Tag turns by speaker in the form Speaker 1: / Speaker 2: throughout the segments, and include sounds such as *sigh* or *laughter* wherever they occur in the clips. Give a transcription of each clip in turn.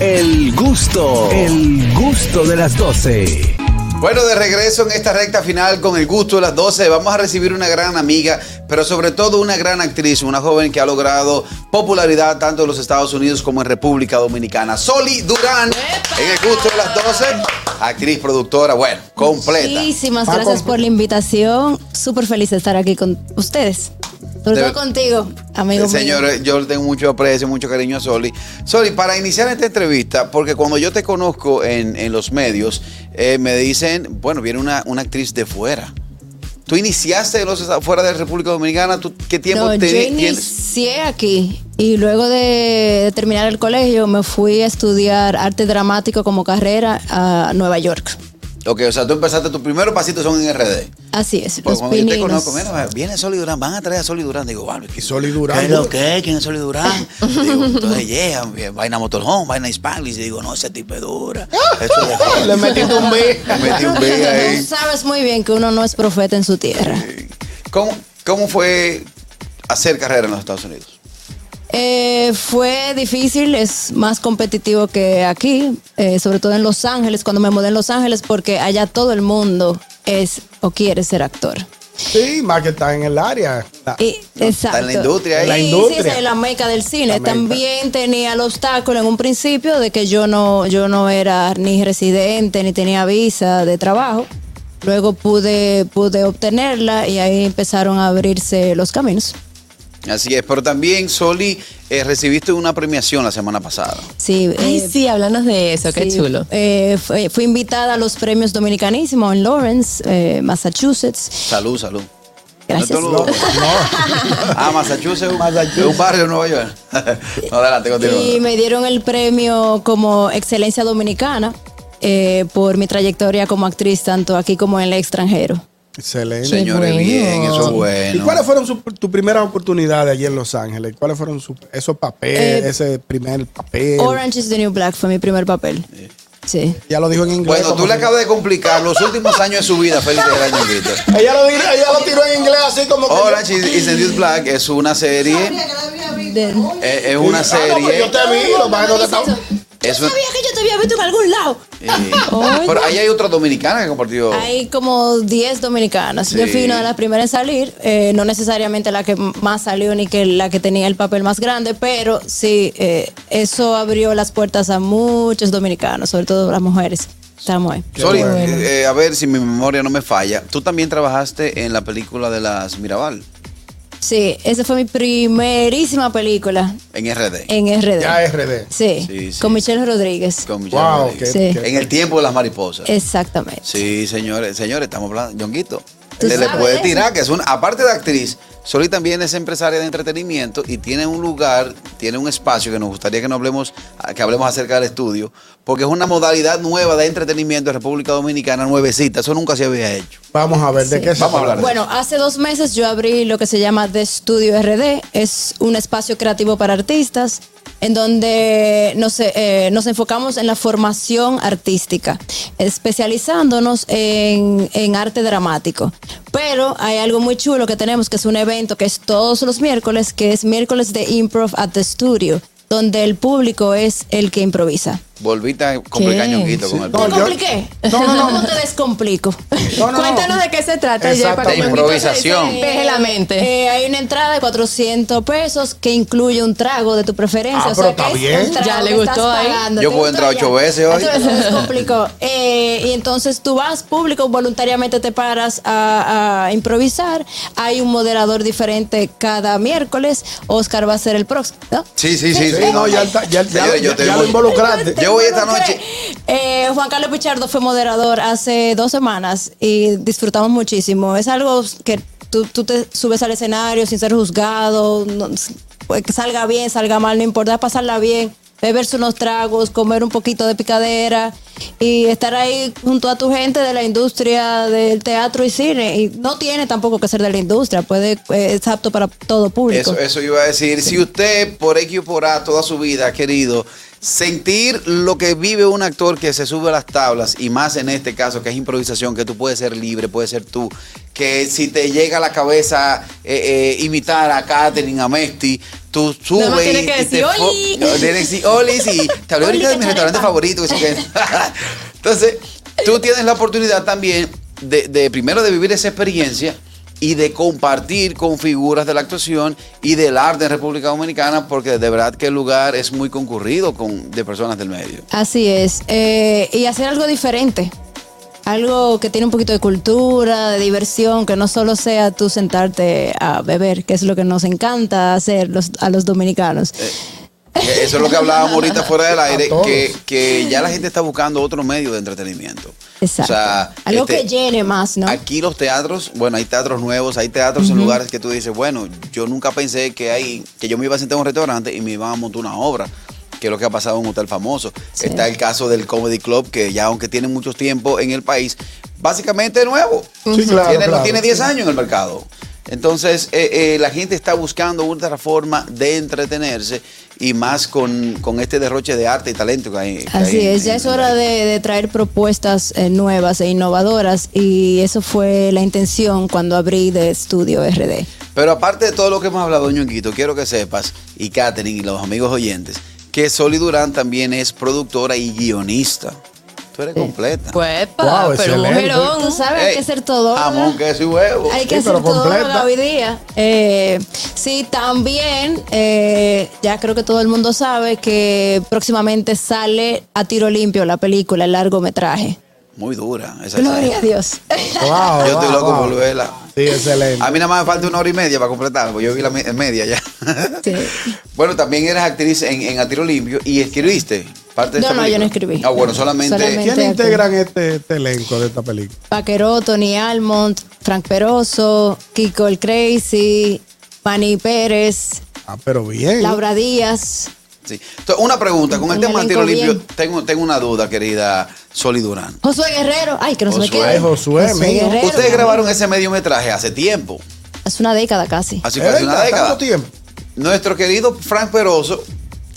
Speaker 1: El gusto, el gusto de las 12.
Speaker 2: Bueno, de regreso en esta recta final con el gusto de las 12, vamos a recibir una gran amiga, pero sobre todo una gran actriz, una joven que ha logrado popularidad tanto en los Estados Unidos como en República Dominicana. Soli Durán, en el gusto de las 12, actriz, productora, bueno, completa.
Speaker 3: Muchísimas gracias por la invitación. Súper feliz de estar aquí con ustedes. Sobre
Speaker 2: De-
Speaker 3: todo contigo, amigo.
Speaker 2: Eh,
Speaker 3: mío.
Speaker 2: Señores, yo le tengo mucho aprecio, mucho cariño a Soli. Soli, para iniciar esta entrevista, porque cuando yo te conozco en, en los medios, eh, me dicen, bueno, viene una, una actriz de fuera. Tú iniciaste en los Estados- fuera de República Dominicana, ¿tú qué tiempo
Speaker 3: No,
Speaker 2: te-
Speaker 3: yo
Speaker 2: tienes?
Speaker 3: inicié aquí y luego de terminar el colegio me fui a estudiar arte dramático como carrera a Nueva York.
Speaker 2: Ok, o sea, tú empezaste, tus primeros pasitos son en RD.
Speaker 3: Así es,
Speaker 2: Porque
Speaker 3: los
Speaker 2: Pues cuando yo te
Speaker 3: pininos.
Speaker 2: conozco, mira, viene Soli Durán, van a traer a Soli Durán. Digo, bueno, ¿qué,
Speaker 4: Soli Durán.
Speaker 2: ¿Qué es lo que es? ¿Quién es Soli Durán? Digo, entonces llegan, vaina motorhome, vaina Spanish. Y digo, no, ese tipo es dura. Eso es de- *laughs*
Speaker 4: Le metí un B.
Speaker 2: Me metí un B
Speaker 3: *laughs* Tú
Speaker 2: ahí.
Speaker 3: sabes muy bien que uno no es profeta en su tierra.
Speaker 2: ¿Cómo, cómo fue hacer carrera en los Estados Unidos?
Speaker 3: Eh, fue difícil, es más competitivo que aquí, eh, sobre todo en Los Ángeles, cuando me mudé en Los Ángeles, porque allá todo el mundo es o quiere ser actor.
Speaker 4: Sí, más que está en el área. La-
Speaker 3: Y, exacto.
Speaker 2: Ah, en la industria, ¿eh?
Speaker 3: Y
Speaker 4: La
Speaker 3: sí,
Speaker 4: industria.
Speaker 3: sí, en la meca del
Speaker 4: La
Speaker 3: cine.
Speaker 4: meca.
Speaker 3: También tenía el obstáculo en un principio de que yo no, yo no era ni residente ni tenía visa de trabajo. Luego pude, pude obtenerla y ahí empezaron a abrirse los caminos.
Speaker 2: Así es, pero también, Soli, eh, recibiste una premiación la semana pasada.
Speaker 3: Sí,
Speaker 5: Ay,
Speaker 3: eh,
Speaker 5: sí, háblanos de eso, qué
Speaker 3: Sí,
Speaker 5: chulo.
Speaker 3: eh, fue- fui invitada a los premios dominicanísimos en Lawrence, eh, Massachusetts.
Speaker 2: Salud, salud.
Speaker 3: Gracias.
Speaker 2: No te lo- Ah, Massachusetts, un-
Speaker 4: Massachusetts.
Speaker 2: un barrio de Nueva York. *laughs* No, adelante, continúa.
Speaker 3: Y me dieron el premio como excelencia dominicana eh, por mi trayectoria como actriz, tanto aquí como en el extranjero.
Speaker 4: Excelente.
Speaker 2: Señores,
Speaker 5: bueno.
Speaker 2: bien, eso es bueno.
Speaker 4: ¿Y cuáles fueron su- tus primeras oportunidades allí en Los Ángeles? ¿Cuáles fueron su- esos papeles,
Speaker 3: Eh,
Speaker 4: ese primer
Speaker 2: Eh,
Speaker 4: papel?
Speaker 3: Orange is the New Black fue mi primer papel. Sí.
Speaker 4: Ya lo dijo en inglés.
Speaker 2: Bueno,
Speaker 4: como
Speaker 2: tú le
Speaker 4: que-
Speaker 2: acabas de complicar los últimos años de su vida, Félix de Gran
Speaker 4: *laughs*
Speaker 2: Ñonguito.
Speaker 4: Ella lo, dir- ella lo tiró en inglés así como que...
Speaker 2: Orange is, is the New Black es una serie,
Speaker 3: De-
Speaker 2: eh, es una
Speaker 4: Ah, no, pero
Speaker 2: serie.
Speaker 4: yo te vi, lo que pasa es que no te estaba-
Speaker 2: Es un-
Speaker 3: que yo te había visto en algún lado.
Speaker 2: eh,
Speaker 3: Oye.
Speaker 2: pero ahí hay otra dominicana que compartió.
Speaker 3: Hay como 10 dominicanas.
Speaker 2: Sí.
Speaker 3: Yo fui una de las primeras en salir, eh, no necesariamente la que más salió ni que la que tenía el papel más grande, pero sí, eh, eso abrió las puertas a muchos dominicanos, sobre todo las mujeres. Estamos ahí.
Speaker 4: Qué
Speaker 2: Sorry,
Speaker 4: bueno.
Speaker 2: eh, eh, a ver si mi memoria no me falla. Tú también trabajaste en la película de las Mirabal,
Speaker 3: Sí, esa fue mi primerísima película
Speaker 2: en RD.
Speaker 3: en RD.
Speaker 4: Ya RD.
Speaker 3: Sí,
Speaker 2: Sí, sí.
Speaker 3: con Michelle Rodríguez.
Speaker 2: con Michelle
Speaker 4: Wow,
Speaker 2: Rodríguez.
Speaker 4: qué-
Speaker 3: Sí.
Speaker 4: qué-
Speaker 2: En el tiempo de las mariposas.
Speaker 3: Exactamente.
Speaker 2: Sí, señores, señores, estamos hablando. Yonguito,
Speaker 3: Tú
Speaker 2: le, le
Speaker 3: sabes
Speaker 2: puede
Speaker 3: eso.
Speaker 2: tirar, que es una. Aparte de actriz, Soli también es empresaria de entretenimiento y tiene un lugar, tiene un espacio que nos gustaría que no hablemos, que hablemos acerca del estudio, porque es una modalidad nueva de entretenimiento en República Dominicana, nuevecita. Eso nunca se había hecho.
Speaker 4: Vamos a ver, ¿de
Speaker 3: Sí.
Speaker 4: qué se
Speaker 2: Vamos a hablar.
Speaker 4: trata?
Speaker 3: Bueno, hace dos meses yo abrí lo que se llama The Studio RD. Es un espacio creativo para artistas en donde nos, eh, nos enfocamos en la formación artística, especializándonos en, en arte dramático. Pero hay algo muy chulo que tenemos, que es un evento que es todos los miércoles, que es miércoles de Improv at the Studio, donde el público es el que improvisa.
Speaker 2: Volviste a complicar
Speaker 5: ¿Qué?
Speaker 2: Yonguito con el
Speaker 4: No,
Speaker 3: ¿Te
Speaker 4: yo-
Speaker 3: compliqué?
Speaker 4: No, no, no.
Speaker 3: *laughs* ¿Cómo te descomplico?
Speaker 5: Oh,
Speaker 4: No, no, no.
Speaker 5: Cuéntanos de qué se trata, ya para
Speaker 2: De
Speaker 4: Exactamente.
Speaker 5: que Ñonguito se
Speaker 2: improvisación.
Speaker 5: despeje la mente.
Speaker 3: Eh, hay una entrada de 400 pesos que incluye un trago de tu preferencia.
Speaker 4: Ah,
Speaker 3: o
Speaker 4: pero
Speaker 3: sea,
Speaker 4: está
Speaker 3: que es
Speaker 4: bien.
Speaker 3: un trago
Speaker 5: Ya le
Speaker 3: que estás
Speaker 5: gustó ahí.
Speaker 3: pagando.
Speaker 2: Yo
Speaker 3: ¿Te
Speaker 2: puedo
Speaker 3: gustó
Speaker 2: entrar ocho
Speaker 3: ya?
Speaker 2: veces hoy.
Speaker 3: Entonces,
Speaker 2: *laughs*
Speaker 3: es complicado. Eh, y entonces tú vas público, voluntariamente te paras a, a improvisar. Hay un moderador diferente cada miércoles. Oscar va a ser el próximo. ¿no?
Speaker 2: Sí, sí, sí,
Speaker 4: Sí, no, ya, está- ya, ya-
Speaker 2: Señores, yo
Speaker 4: ya-
Speaker 2: te
Speaker 4: ya lo
Speaker 2: voy-
Speaker 4: involucraste.
Speaker 2: Yo voy esta
Speaker 3: No lo
Speaker 2: noche.
Speaker 3: cree. Eh, Juan Carlos Pichardo fue moderador hace dos semanas y disfrutamos muchísimo. Es algo que tú, tú te subes al escenario sin ser juzgado, no- pues, que salga bien, salga mal, no importa, pasarla bien, beberse unos tragos, comer un poquito de picadera y estar ahí junto a tu gente de la industria del teatro y cine. Y no tiene tampoco que ser de la industria, puede eh, es apto para todo público.
Speaker 2: Eso, eso iba a decir. Si usted por X o por A toda su vida ha querido sentir lo que vive un actor que se sube a las tablas y más en este caso que es improvisación, que tú puedes ser libre, puedes ser tú, que si te llega a la cabeza eh, eh, imitar a Katherine, a Mesti, tú subes
Speaker 5: más tienes
Speaker 2: y-
Speaker 5: que
Speaker 2: y
Speaker 5: decir,
Speaker 2: fo-
Speaker 5: "Oli".
Speaker 2: No, tienes que decir, Oli, sí. Te hablé
Speaker 3: Oli,
Speaker 2: ahorita de
Speaker 3: qué
Speaker 2: mi
Speaker 3: charepa.
Speaker 2: restaurante favorito. que sí que- *laughs* Entonces, tú tienes la oportunidad también de, de primero de vivir esa experiencia y de compartir con figuras de la actuación y del arte en República Dominicana, porque de verdad que el lugar es muy concurrido con, de personas del medio.
Speaker 3: Así es. Eh, y hacer algo diferente. Algo que tiene un poquito de cultura, de diversión, que no solo sea tú sentarte a beber, que es lo que nos encanta hacer los- a los dominicanos.
Speaker 2: Eh, Que Eso es lo que hablábamos ahorita fuera del aire,
Speaker 4: todos.
Speaker 2: que, que ya la gente está buscando otro medio de entretenimiento.
Speaker 3: Exacto.
Speaker 2: O sea,
Speaker 3: algo
Speaker 2: este,
Speaker 3: que llene más, ¿no?
Speaker 2: Aquí los teatros, bueno, hay teatros nuevos, hay teatros en lugares que tú dices, bueno, yo nunca pensé que hay, que yo me iba a sentar en un restaurante y me iban a montar una obra, que es lo que ha pasado en un hotel famoso.
Speaker 3: Sí.
Speaker 2: Está el caso del Comedy Club, que ya aunque tiene mucho tiempo en el país, básicamente es nuevo.
Speaker 4: Sí, claro,
Speaker 2: tiene, no
Speaker 4: claro.
Speaker 2: tiene 10 años en el mercado. Entonces, eh, eh, la gente está buscando otra forma de entretenerse y más con, con este derroche de arte y talento que hay. que
Speaker 3: Así
Speaker 2: hay en-
Speaker 3: es, ya
Speaker 2: en-
Speaker 3: es hora de, de traer propuestas eh, nuevas e innovadoras y eso fue la intención cuando abrí de estudio RD.
Speaker 2: Pero aparte de todo lo que hemos hablado, Ñonguito, quiero que sepas, y Katherine y los amigos oyentes, que Soli Durán también es productora y guionista. Tú eres completa.
Speaker 5: Pues,
Speaker 4: Wow,
Speaker 5: pero
Speaker 4: excelente.
Speaker 3: Tú
Speaker 5: mujerón.
Speaker 3: sabes, hay
Speaker 2: Ey,
Speaker 3: que ser todo.
Speaker 2: Jamón, queso y huevo.
Speaker 3: Hay que
Speaker 4: Sí,
Speaker 3: hacer
Speaker 4: pero
Speaker 3: todo
Speaker 4: completa.
Speaker 3: hoy día. Eh, sí, también, eh, ya creo que todo el mundo sabe que próximamente sale a tiro limpio la película, el largometraje.
Speaker 2: Muy dura esa
Speaker 3: Gloria a
Speaker 2: serie.
Speaker 3: Dios.
Speaker 4: Wow,
Speaker 2: Yo estoy
Speaker 4: wow,
Speaker 2: loco
Speaker 4: wow.
Speaker 2: por verla.
Speaker 4: Sí, excelente.
Speaker 2: A mí nada más me falta una hora y media para completar, porque yo vi la me- media ya.
Speaker 3: Sí.
Speaker 2: *laughs* Bueno, también eres actriz en, en A Tiro Limpio y escribiste parte de
Speaker 3: No,
Speaker 2: esta
Speaker 3: no, yo no
Speaker 2: película.
Speaker 3: escribí.
Speaker 2: Ah, bueno, solamente,
Speaker 3: Solamente.
Speaker 4: ¿Quiénes integran este, este elenco de esta película?
Speaker 3: Paqueró, Tony Almond, Frank Peroso, Kiko el Crazy, Manny Pérez,
Speaker 4: Ah, pero bien.
Speaker 3: Laura Díaz.
Speaker 2: sí. Entonces, una pregunta, con el
Speaker 3: Un
Speaker 2: tema de A Tiro
Speaker 3: elenco
Speaker 2: Limpio,
Speaker 3: bien.
Speaker 2: tengo, tengo una duda, querida Soli Durán.
Speaker 3: Josué Guerrero, ay, que no se me
Speaker 2: Josué,
Speaker 3: quede.
Speaker 4: Josué, mío.
Speaker 3: Guerrero.
Speaker 2: Ustedes grabaron ese mediometraje hace tiempo,
Speaker 3: Hace una década casi.
Speaker 2: hace
Speaker 4: ¿Es
Speaker 2: casi una
Speaker 4: verdad?
Speaker 2: década.
Speaker 4: ¿Tanto tiempo?
Speaker 2: Nuestro querido Frank Peroso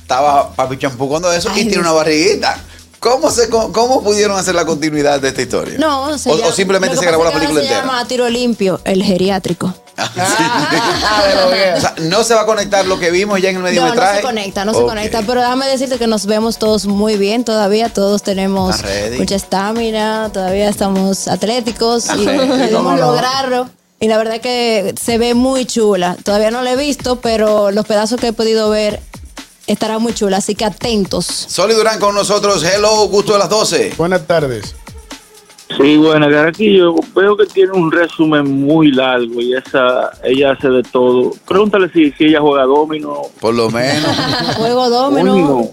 Speaker 2: estaba papi champú cuando eso
Speaker 3: Ay,
Speaker 2: y tiene
Speaker 3: Dios.
Speaker 2: una barriguita. ¿Cómo, se, co- ¿Cómo pudieron hacer la continuidad de esta historia?
Speaker 3: No, se
Speaker 2: o,
Speaker 3: llama-
Speaker 2: o simplemente
Speaker 3: lo que
Speaker 2: se grabó la
Speaker 3: pasa es que
Speaker 2: película entera.
Speaker 3: ahora
Speaker 2: Ah, *laughs*
Speaker 3: Se llama Ah, a tiro limpio, el geriátrico.
Speaker 2: O sea, no se va a conectar lo que vimos ya en el
Speaker 3: ah. No, no
Speaker 2: mediometraje.
Speaker 3: se conecta, no se
Speaker 2: Ok.
Speaker 3: conecta. Pero déjame decirte que nos vemos todos muy bien todavía. Todos tenemos
Speaker 2: Estás ready.
Speaker 3: mucha estamina, todavía estamos atléticos y
Speaker 2: Ajá.
Speaker 3: *laughs*
Speaker 4: ¿Cómo
Speaker 3: podemos
Speaker 4: no?
Speaker 3: lograrlo. Y la verdad que se ve muy chula. Todavía no la he visto, pero los pedazos que he podido ver estará muy chula. Así que
Speaker 2: *laughs*
Speaker 3: atentos.
Speaker 2: Soli Durán con nosotros. Hello, gusto de las 12.
Speaker 4: Buenas tardes.
Speaker 6: Sí, bueno, Garaquillo, veo que tiene un resumen muy largo y esa, ella hace de todo. Pregúntale si, si ella juega domino.
Speaker 2: Por lo
Speaker 3: *laughs*
Speaker 2: menos. *laughs*
Speaker 3: Juego domino,
Speaker 6: Uno.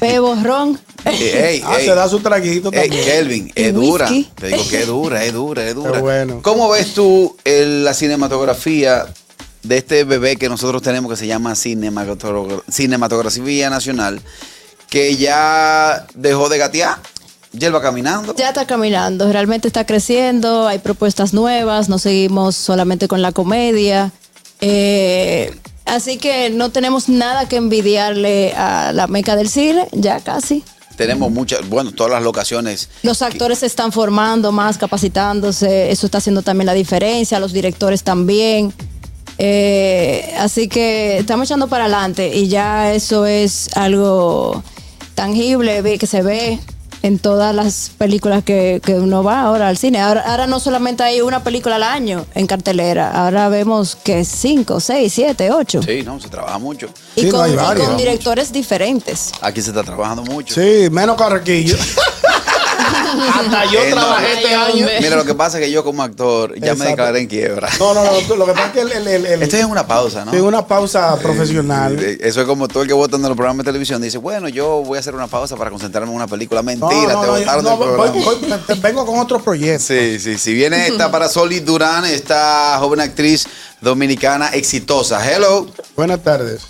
Speaker 3: bebo ron.
Speaker 2: Ey,
Speaker 4: Ah,
Speaker 2: ey.
Speaker 4: se da su traguito
Speaker 2: Ey,
Speaker 4: también.
Speaker 2: Eh, Kelvin,
Speaker 3: Y
Speaker 2: es dura.
Speaker 3: whisky.
Speaker 2: Te digo que es dura, es dura, es dura.
Speaker 4: bueno.
Speaker 2: ¿Cómo ves tú el- la cinematografía de este bebé que nosotros tenemos que se llama cinematogra- Cinematografía Nacional, que ya dejó de gatear? Ya él va caminando.
Speaker 3: Ya está caminando, realmente está creciendo, hay propuestas nuevas, no seguimos solamente con la comedia. Eh, así que no tenemos nada que envidiarle a la meca del cine, ya casi.
Speaker 2: Tenemos muchas, bueno, todas las locaciones.
Speaker 3: Los actores se están formando más, capacitándose, eso está haciendo también la diferencia, los directores también. Eh, así que estamos echando para adelante y ya eso es algo tangible ve- que se ve en todas las películas que, que uno va ahora al cine. Ahora, ahora no solamente hay una película al año en cartelera, ahora vemos que cinco, seis, siete, ocho.
Speaker 2: Sí, no, se trabaja mucho.
Speaker 3: Y
Speaker 4: Sí, no,
Speaker 3: con,
Speaker 4: hay
Speaker 3: y
Speaker 4: varias.
Speaker 3: con directores diferentes.
Speaker 2: Aquí se está trabajando mucho.
Speaker 4: Sí, menos carraquillo.
Speaker 2: *laughs*
Speaker 4: Hasta yo
Speaker 2: Eh, no.
Speaker 4: trabajé este
Speaker 5: Ay,
Speaker 4: año.
Speaker 5: hombre.
Speaker 2: Mira, lo que pasa es que yo como actor ya me
Speaker 4: Exacto.
Speaker 2: declaré en quiebra.
Speaker 4: No, no, no. Lo que pasa es que el, el, el- el-
Speaker 2: Esto Este es una pausa, ¿no?
Speaker 4: tiene una pausa profesional.
Speaker 2: Eh, Eso es como todo el que votan en los programas de televisión. Dice, bueno, yo voy a hacer una pausa para concentrarme en una película.
Speaker 4: No,
Speaker 2: Mentira,
Speaker 4: no,
Speaker 2: te
Speaker 4: no,
Speaker 2: votaron
Speaker 4: no,
Speaker 2: del
Speaker 4: voy-
Speaker 2: programa.
Speaker 4: voy- voy- te- vengo con otros proyectos.
Speaker 2: Sí, sí, sí. Viene esta para Soli Durán, esta joven actriz dominicana exitosa. Hello.
Speaker 4: Buenas tardes.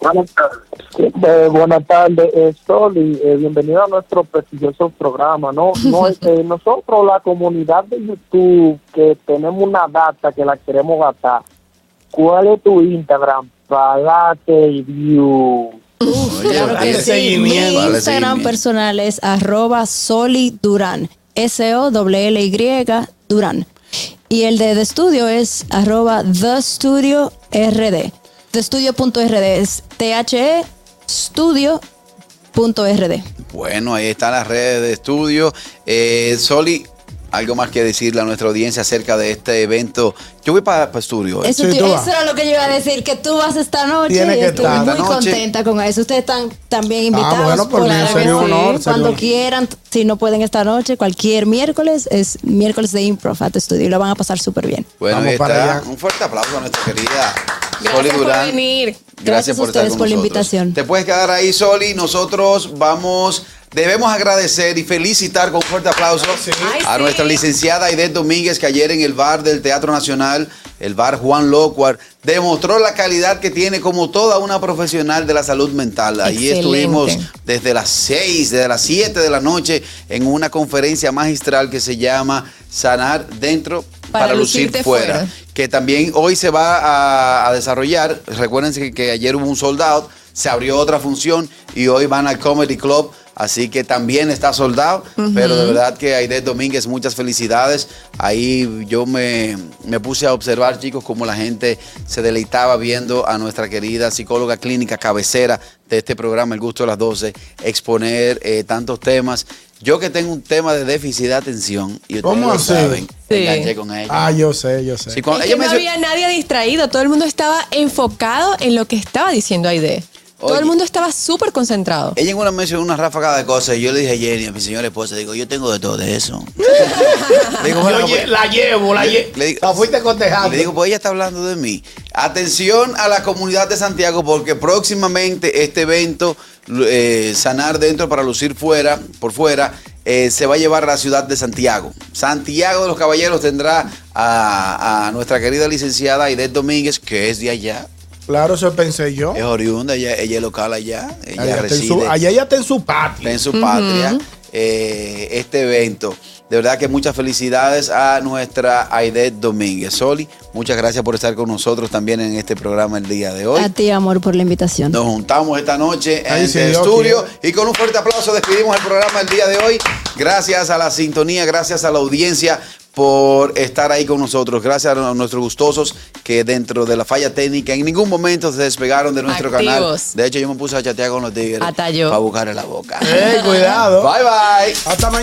Speaker 7: Buenas tardes. Eh, buenas tardes, eh, Sol, y eh, bienvenido a nuestro prestigioso programa. No, no eh, Nosotros, la comunidad de YouTube, que tenemos una data que la queremos gastar, ¿cuál es tu Instagram? Pagate y view.
Speaker 2: Oye,
Speaker 3: Claro que
Speaker 4: Dale
Speaker 3: sí.
Speaker 4: seguimiento.
Speaker 3: Mi
Speaker 2: Dale
Speaker 3: Instagram
Speaker 2: seguimiento.
Speaker 3: personal es arroba Soli Durán. S-O-L-L-Y Durán. Y el de The Studio es arroba The Studio RD. TheStudio.rd es E THE Studio.rd.
Speaker 2: Bueno, ahí están las redes de estudio. Eh, Soli, algo más que decirle a nuestra audiencia acerca de este evento. Yo voy para, para estudio. ¿eh?
Speaker 3: Eso,
Speaker 4: Pues, Sí,
Speaker 3: te-
Speaker 4: tú
Speaker 3: eso
Speaker 4: vas.
Speaker 3: era lo que yo iba a decir, que tú vas esta noche
Speaker 4: Tiene
Speaker 3: y
Speaker 4: que
Speaker 3: estoy
Speaker 2: estar.
Speaker 3: muy
Speaker 2: Esta noche.
Speaker 3: contenta con eso. Ustedes están también invitados.
Speaker 4: Ah, bueno, por
Speaker 3: por
Speaker 4: mí
Speaker 3: la-
Speaker 4: sería
Speaker 3: que
Speaker 4: un
Speaker 3: sí.
Speaker 4: honor, sería
Speaker 3: Cuando
Speaker 4: un-
Speaker 3: quieran, si no pueden esta noche, cualquier miércoles es miércoles de Improv at Studio y lo van a pasar súper bien.
Speaker 2: Bueno,
Speaker 4: Vamos
Speaker 2: ahí
Speaker 4: para
Speaker 2: está.
Speaker 4: allá.
Speaker 2: Un fuerte aplauso a nuestra querida Soli
Speaker 5: Gracias por
Speaker 2: Durán.
Speaker 5: venir.
Speaker 3: Gracias a
Speaker 2: estar
Speaker 3: ustedes
Speaker 2: con
Speaker 3: por la
Speaker 2: nosotros.
Speaker 3: invitación.
Speaker 2: Te puedes quedar ahí, Soli. Nosotros vamos, debemos agradecer y felicitar con fuerte aplauso
Speaker 5: Ay,
Speaker 2: a
Speaker 5: sí.
Speaker 2: nuestra licenciada Aidez Domínguez, que ayer en el bar del Teatro Nacional, el bar Juan Locuar, demostró la calidad que tiene como toda una profesional de la salud mental. Ahí
Speaker 5: Excelente.
Speaker 2: estuvimos desde las 6, desde las 7 de la noche, en una conferencia magistral que se llama Sanar Dentro para,
Speaker 5: Para
Speaker 2: lucir
Speaker 5: lucirte
Speaker 2: fuera
Speaker 5: fuera.
Speaker 2: que también hoy se va a, a desarrollar. Recuérdense que, que ayer hubo un sold out, se abrió otra función y hoy van al Comedy Club. Así que también está soldado, pero de verdad que Aidez Domínguez, muchas felicidades. Ahí yo me, me puse a observar, chicos, cómo la gente se deleitaba viendo a nuestra querida psicóloga clínica cabecera de este programa, El Gusto de las 12, exponer eh, tantos temas. Yo que tengo un tema de déficit de atención, y ustedes
Speaker 4: ¿Cómo
Speaker 2: lo
Speaker 4: así?
Speaker 2: saben,
Speaker 5: Sí.
Speaker 2: enganché con ella.
Speaker 4: Ah, yo sé, yo sé.
Speaker 2: Sí, cuando
Speaker 5: Es
Speaker 2: ella
Speaker 5: que no
Speaker 2: mencio-
Speaker 5: había nadie distraído, todo el mundo estaba enfocado en lo que estaba diciendo Aide. Todo
Speaker 2: Oye.
Speaker 5: el mundo estaba súper concentrado.
Speaker 2: Ella en una mencionó una ráfaga de cosas y yo le dije a Jenny, a mi señora esposa, digo, yo tengo de todo de
Speaker 5: *laughs*
Speaker 2: eso. le digo, bueno, pues-
Speaker 8: la llevo, la
Speaker 2: lle- le digo- la fuiste
Speaker 8: cotejando.
Speaker 2: le digo, pues ella está hablando de mí. Atención a la comunidad de Santiago porque próximamente este evento, eh, Sanar Dentro para Lucir Fuera, por fuera, eh, se va a llevar a la ciudad de Santiago. Santiago de los Caballeros tendrá a, a nuestra querida licenciada Aidez Domínguez, que es de allá,
Speaker 4: Claro, eso pensé yo.
Speaker 2: es oriunda, ella, ella es local allá, ella
Speaker 4: Oh. Allá está en
Speaker 2: reside
Speaker 4: su, allá ella está en su patio.
Speaker 2: está en su patria eh, este evento. De verdad que muchas felicidades a nuestra Aidet Domínguez. Soli, muchas gracias por estar con nosotros también en este programa el día de
Speaker 3: A
Speaker 2: hoy.
Speaker 3: ti, amor, por la invitación.
Speaker 2: Nos juntamos esta noche en
Speaker 4: Ay,
Speaker 2: el
Speaker 4: si Dios
Speaker 2: estudio y con un fuerte aplauso despedimos el programa el día de hoy. Gracias a la sintonía, gracias a la audiencia por estar ahí con nosotros. Gracias a nuestros gustosos que dentro de la falla técnica en ningún momento se despegaron de nuestro canal.
Speaker 5: Activos.
Speaker 2: De hecho, yo me puse a chatear con los tigres
Speaker 5: Hasta yo.
Speaker 2: para buscarle la boca. *laughs*
Speaker 4: Eh, cuidado.
Speaker 2: Bye bye.
Speaker 4: Hasta mañana.